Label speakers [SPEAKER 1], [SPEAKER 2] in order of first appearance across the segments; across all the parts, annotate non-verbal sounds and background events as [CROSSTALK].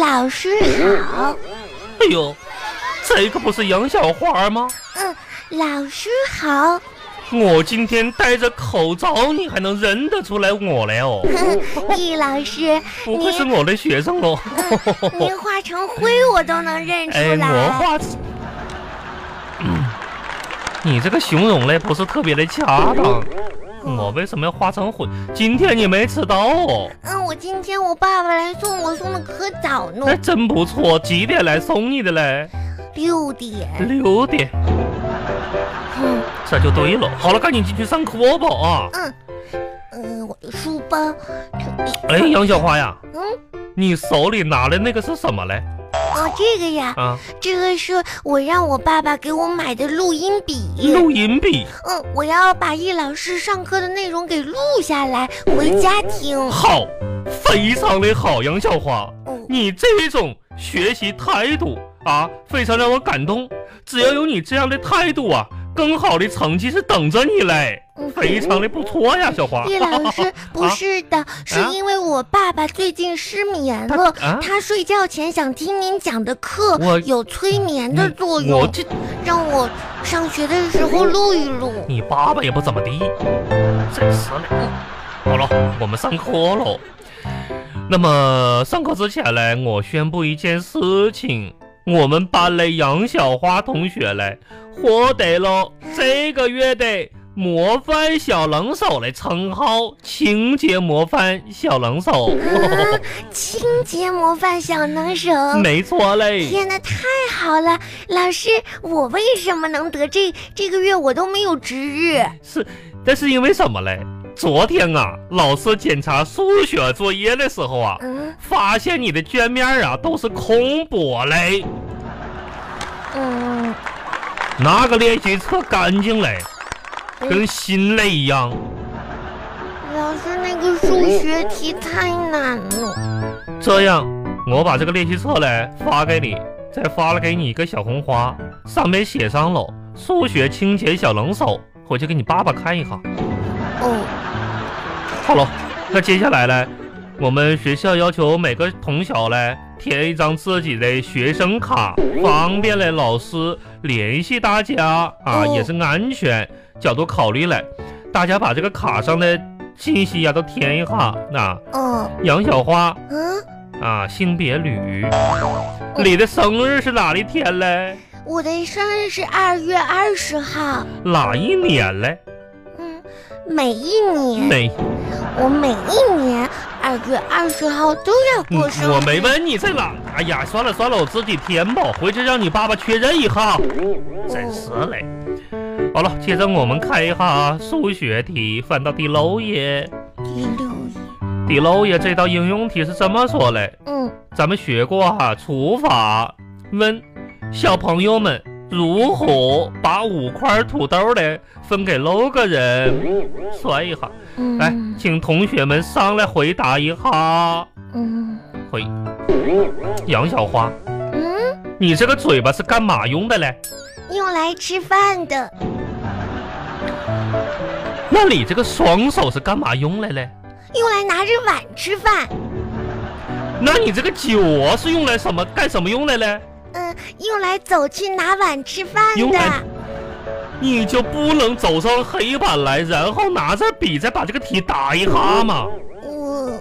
[SPEAKER 1] 老师好，
[SPEAKER 2] 哎呦，这个不是杨小花吗？
[SPEAKER 1] 嗯，老师好，
[SPEAKER 2] 我今天戴着口罩，你还能认得出来我来哦？
[SPEAKER 1] 易老师，
[SPEAKER 2] 不愧是
[SPEAKER 1] 您
[SPEAKER 2] 我的学生哦！
[SPEAKER 1] 您化成灰我都能认出
[SPEAKER 2] 哎，我
[SPEAKER 1] 来。
[SPEAKER 2] 画，嗯，你这个形容嘞不是特别的恰当。我为什么要画成灰？今天你没迟到哦，
[SPEAKER 1] 嗯，我今天我爸爸来送我，送的可早呢
[SPEAKER 2] 那，真不错。几点来送你的嘞？
[SPEAKER 1] 六点。
[SPEAKER 2] 六点，
[SPEAKER 1] 嗯
[SPEAKER 2] 这就对了。好了，赶紧进去上课吧啊！
[SPEAKER 1] 嗯嗯，我的书包这里。
[SPEAKER 2] 哎，杨小花呀，
[SPEAKER 1] 嗯，
[SPEAKER 2] 你手里拿的那个是什么嘞？
[SPEAKER 1] 哦，这个呀，
[SPEAKER 2] 啊，
[SPEAKER 1] 这个是我让我爸爸给我买的录音笔。
[SPEAKER 2] 录音笔。
[SPEAKER 1] 嗯，我要把易老师上课的内容给录下来，回家听。
[SPEAKER 2] 好，非常的好，杨小花，
[SPEAKER 1] 哦，
[SPEAKER 2] 你这种学习态度啊，非常让我感动。只要有你这样的态度啊，更好的成绩是等着你嘞，
[SPEAKER 1] 嗯
[SPEAKER 2] 非常的不错呀，小花。
[SPEAKER 1] 易老
[SPEAKER 2] [LAUGHS]
[SPEAKER 1] 师，
[SPEAKER 2] 啊
[SPEAKER 1] 不是的，是因为我爸爸最近失眠了，
[SPEAKER 2] 他啊
[SPEAKER 1] 他睡觉前想听您讲的课
[SPEAKER 2] 我，
[SPEAKER 1] 有催眠
[SPEAKER 2] 你
[SPEAKER 1] 的作
[SPEAKER 2] 嗯我
[SPEAKER 1] 用，
[SPEAKER 2] 这
[SPEAKER 1] 让我上学的时候录一
[SPEAKER 2] [LAUGHS]
[SPEAKER 1] 录。
[SPEAKER 2] 你爸爸也不怎么地，真是的。好了，我们上课喽。那么上课之前嘞，我宣布一件事情：我们班嘞杨小花同学嘞获得了这个月的模范小能手的称号——情节模范小能手。
[SPEAKER 1] 嗯，清洁模范小能手。
[SPEAKER 2] 没错嘞。
[SPEAKER 1] 天哪，太好了！老师，我为什么能得这这个月我都没有值日？
[SPEAKER 2] 是，但是因为什么嘞？昨天啊，老师检查数学作业的时候啊，
[SPEAKER 1] 嗯
[SPEAKER 2] 发现你的卷面啊都是空白嘞，
[SPEAKER 1] 嗯，
[SPEAKER 2] 拿个练习册干净嘞，
[SPEAKER 1] 嗯
[SPEAKER 2] 跟新嘞一样。
[SPEAKER 1] 老师那个数学题太难了。
[SPEAKER 2] 这样，我把这个练习册嘞发给你，再发了给你一个小红花，上面写上了数学清洁小能手，回去给你爸爸看一看。
[SPEAKER 1] 哦，
[SPEAKER 2] 好了，那接下来嘞，我们学校要求每个同小嘞填一张自己的学生卡，方便嘞老师联系大家啊，
[SPEAKER 1] 哦
[SPEAKER 2] 也是安全角度考虑嘞，大家把这个卡上的信息呀、都填一下。那、
[SPEAKER 1] 哦，
[SPEAKER 2] 杨小花
[SPEAKER 1] 嗯，
[SPEAKER 2] 啊，性别女，你的生日是哪一天嘞？
[SPEAKER 1] 我的生日是二月二十号。
[SPEAKER 2] 哪一年嘞？
[SPEAKER 1] 嗯，每一年
[SPEAKER 2] 没，
[SPEAKER 1] 我每一年二月二十号都要
[SPEAKER 2] 嗯
[SPEAKER 1] 过生日。
[SPEAKER 2] 我没。问你这个。哎呀，算了算了，我自己填吧，回去让你爸爸确认一下。真是嘞。好了，接着我们看一下数学题，翻到第六页。
[SPEAKER 1] 第六页。
[SPEAKER 2] 第六页这道应用题是这么说嘞？
[SPEAKER 1] 嗯
[SPEAKER 2] 咱们学过哈、除法，问小朋友们如何把五块土豆嘞分给六个人，算一下。
[SPEAKER 1] 嗯。
[SPEAKER 2] 来，请同学们上来回答一下。
[SPEAKER 1] 嗯
[SPEAKER 2] 回，杨小花，
[SPEAKER 1] 嗯，
[SPEAKER 2] 你这个嘴巴是干嘛用的嘞？
[SPEAKER 1] 用来吃饭的。
[SPEAKER 2] 那你这个双手是干嘛用的嘞？
[SPEAKER 1] 用来拿着碗吃饭，
[SPEAKER 2] 那你这个酒啊是用来什么干什么用的嘞？
[SPEAKER 1] 嗯，用来走去拿碗吃饭
[SPEAKER 2] 用
[SPEAKER 1] 的，
[SPEAKER 2] 来你就不能走上黑板来，然后拿着笔再把这个题答一下吗？
[SPEAKER 1] 我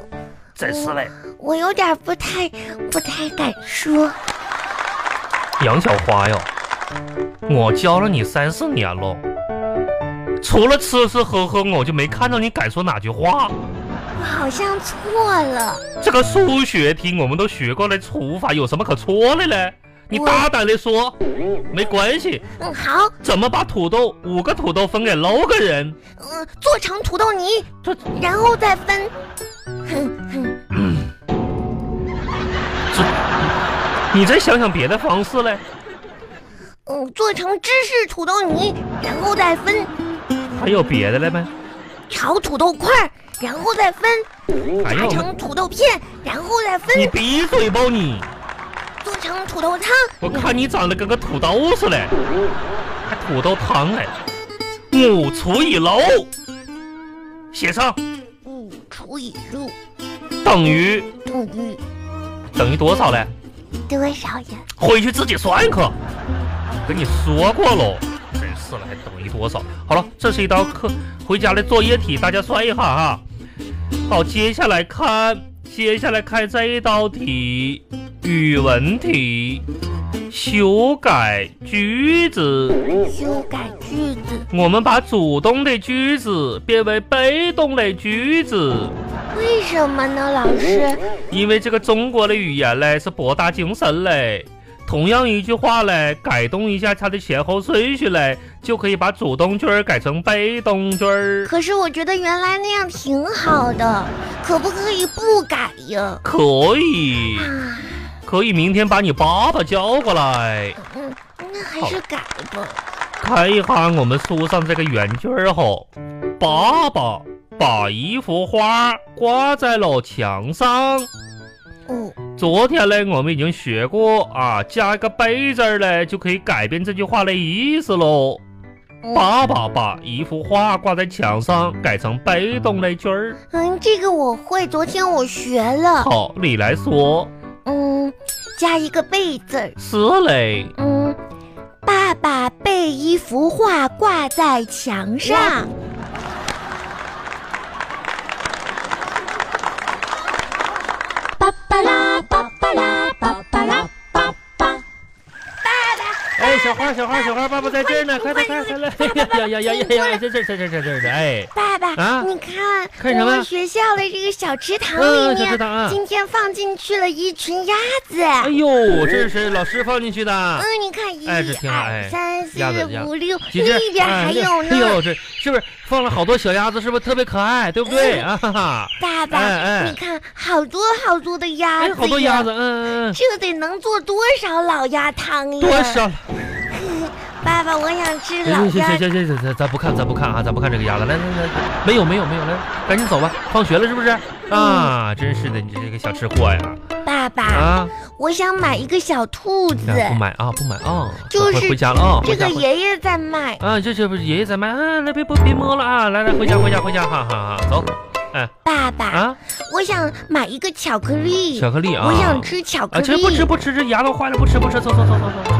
[SPEAKER 2] 真是嘞，
[SPEAKER 1] 我有点不太不太敢说，
[SPEAKER 2] 杨小花哟，我教了你三四年了，除了吃吃喝喝，我就没看到你敢说哪句话。
[SPEAKER 1] 我好像错了，
[SPEAKER 2] 这个数学题我们都学过了除法，有什么可错的嘞？你
[SPEAKER 1] 我
[SPEAKER 2] 大胆的说，没关系。
[SPEAKER 1] 嗯，好，
[SPEAKER 2] 怎么把土豆五个土豆分给六个人？
[SPEAKER 1] 嗯，做成土豆泥，
[SPEAKER 2] 这
[SPEAKER 1] 然后再分，哼哼，
[SPEAKER 2] 你再想想别的方式嘞。
[SPEAKER 1] 嗯，做成芝士土豆泥，然后再分，
[SPEAKER 2] 还有别的了没？
[SPEAKER 1] 炒土豆块儿，然后再分，
[SPEAKER 2] 还
[SPEAKER 1] 炸
[SPEAKER 2] 有吗？
[SPEAKER 1] 成土豆片，然后再分，
[SPEAKER 2] 你闭嘴吧你！
[SPEAKER 1] 做成土豆汤，
[SPEAKER 2] 我看你长得跟个土豆似的，还土豆汤嘞。五除以六，写上
[SPEAKER 1] 五除以六
[SPEAKER 2] 等于
[SPEAKER 1] 等于
[SPEAKER 2] 等于多少嘞？
[SPEAKER 1] 多少呀？
[SPEAKER 2] 回去自己算一课。跟你说过喽，真是的，还等于多少？好了，这是一道课回家的作业题，大家算一下哈。好，接下来看，接下来看这一道题，语文题，修改句子。
[SPEAKER 1] 修改句子，
[SPEAKER 2] 我们把主动的句子变为被动的句子，
[SPEAKER 1] 为什么呢？老师，
[SPEAKER 2] 因为这个中国的语言嘞是博大精深嘞。同样一句话嘞，改动一下它的前后顺序嘞，就可以把主动句儿改成被动句儿。
[SPEAKER 1] 可是我觉得原来那样挺好的，可不可以不改呀？
[SPEAKER 2] 可以，
[SPEAKER 1] 啊，
[SPEAKER 2] 可以，明天把你爸爸叫过来，
[SPEAKER 1] 嗯，那还是改吧。
[SPEAKER 2] 看一看我们书上这个原句儿吼。爸爸把一幅画挂在了墙上。
[SPEAKER 1] 哦，
[SPEAKER 2] 昨天嘞，我们已经学过啊，加一个“被”字儿嘞，就可以改变这句话的意思喽。
[SPEAKER 1] 哦
[SPEAKER 2] 爸爸把一幅画挂在墙上，改成被动类句儿。
[SPEAKER 1] 嗯，这个我会，昨天我学了。
[SPEAKER 2] 好，你来说，
[SPEAKER 1] 嗯，加一个被字儿。
[SPEAKER 2] 是嘞。
[SPEAKER 1] 嗯，爸爸被一幅画挂在墙上。巴巴拉巴巴拉巴巴拉巴巴。
[SPEAKER 2] 哎，小花，小花，小花，爸爸在这
[SPEAKER 1] 哎
[SPEAKER 2] 儿呢，快快快快来！呀呀呀呀呀，在这儿，在这儿，在这儿呢，哎。
[SPEAKER 1] 爸爸，
[SPEAKER 2] 啊
[SPEAKER 1] 你看，
[SPEAKER 2] 看什么
[SPEAKER 1] 我们学校的这个小池塘
[SPEAKER 2] 嗯
[SPEAKER 1] 里
[SPEAKER 2] 小池
[SPEAKER 1] 面，
[SPEAKER 2] 塘啊
[SPEAKER 1] 今天放进去了一群鸭子。
[SPEAKER 2] 哎呦，这是老师放进去的，
[SPEAKER 1] 嗯，你看，一、
[SPEAKER 2] 哎这挺好哎
[SPEAKER 1] 二、三、
[SPEAKER 2] 鸭子
[SPEAKER 1] 四、
[SPEAKER 2] 鸭子
[SPEAKER 1] 五、六，
[SPEAKER 2] 几只？
[SPEAKER 1] 那边嗯还
[SPEAKER 2] 哎
[SPEAKER 1] 有
[SPEAKER 2] 哎
[SPEAKER 1] 呢。
[SPEAKER 2] 呦，这是不是放了好多小鸭子？是不是特别可爱？对不对？
[SPEAKER 1] 嗯
[SPEAKER 2] 啊哈哈。
[SPEAKER 1] 爸爸，
[SPEAKER 2] 哎哎
[SPEAKER 1] 你看，好多好多的鸭
[SPEAKER 2] 哎，
[SPEAKER 1] 子，
[SPEAKER 2] 好多鸭子，，嗯嗯嗯，
[SPEAKER 1] 这得能做多少老鸭汤呀？
[SPEAKER 2] 多少？
[SPEAKER 1] 爸爸，我想吃哎老
[SPEAKER 2] 哎行行
[SPEAKER 1] 鸭
[SPEAKER 2] 行。行行行，咱咱不看，咱不看啊，咱不看这个鸭子，来来来，没有没有没有，来，赶紧走吧，放学了是不是？
[SPEAKER 1] 嗯
[SPEAKER 2] 啊，真是的，你这个小吃货呀！
[SPEAKER 1] 爸爸，
[SPEAKER 2] 啊，
[SPEAKER 1] 我想买一个小兔子，
[SPEAKER 2] 不买啊，不买啊，
[SPEAKER 1] 就是
[SPEAKER 2] 回回家了啊，
[SPEAKER 1] 这
[SPEAKER 2] 回家
[SPEAKER 1] 个
[SPEAKER 2] 回
[SPEAKER 1] 爷爷在卖。
[SPEAKER 2] 啊，这这不是爷爷在卖啊，来别别别摸了啊，来来回家回家回家，哈哈哈，走
[SPEAKER 1] 爸爸，
[SPEAKER 2] 啊，
[SPEAKER 1] 我想买一个巧克力，
[SPEAKER 2] 巧克力啊，
[SPEAKER 1] 我想吃巧克
[SPEAKER 2] 啊，
[SPEAKER 1] 力。
[SPEAKER 2] 这不吃不吃，这牙都坏了，不吃不吃，走走走走走，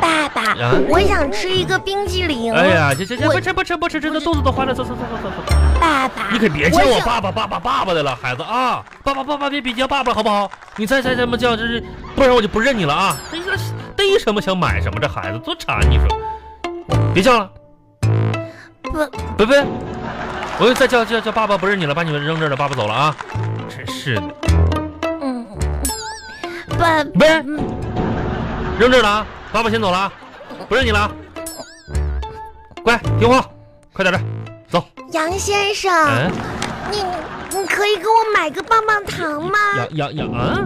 [SPEAKER 1] 爸爸，
[SPEAKER 2] 啊
[SPEAKER 1] 我想吃一个冰激凌。
[SPEAKER 2] 哎呀，这这这
[SPEAKER 1] 我
[SPEAKER 2] 不吃不吃不吃，这这肚子都坏了，走走走走走走。
[SPEAKER 1] 爸爸，
[SPEAKER 2] 你可别叫我
[SPEAKER 1] 想
[SPEAKER 2] 爸爸爸爸爸爸的了，孩子啊！爸爸爸爸别别叫爸爸了，好不好？你再再这么叫，这是不然我就不认你了啊！这这逮什么想买什么，这孩子多馋！你说，别叫了，
[SPEAKER 1] 不，
[SPEAKER 2] 贝贝，我又再叫叫叫爸爸不认你了，把你们扔这儿了，爸爸走了啊！真是的，
[SPEAKER 1] 嗯，爸，嗯
[SPEAKER 2] 贝，扔这儿了啊！爸爸先走了啊，不认你了啊！乖，听话，快点儿的，走。
[SPEAKER 1] 杨先生，
[SPEAKER 2] 嗯，
[SPEAKER 1] 你你可以给我买个棒棒糖吗？
[SPEAKER 2] 养养养啊！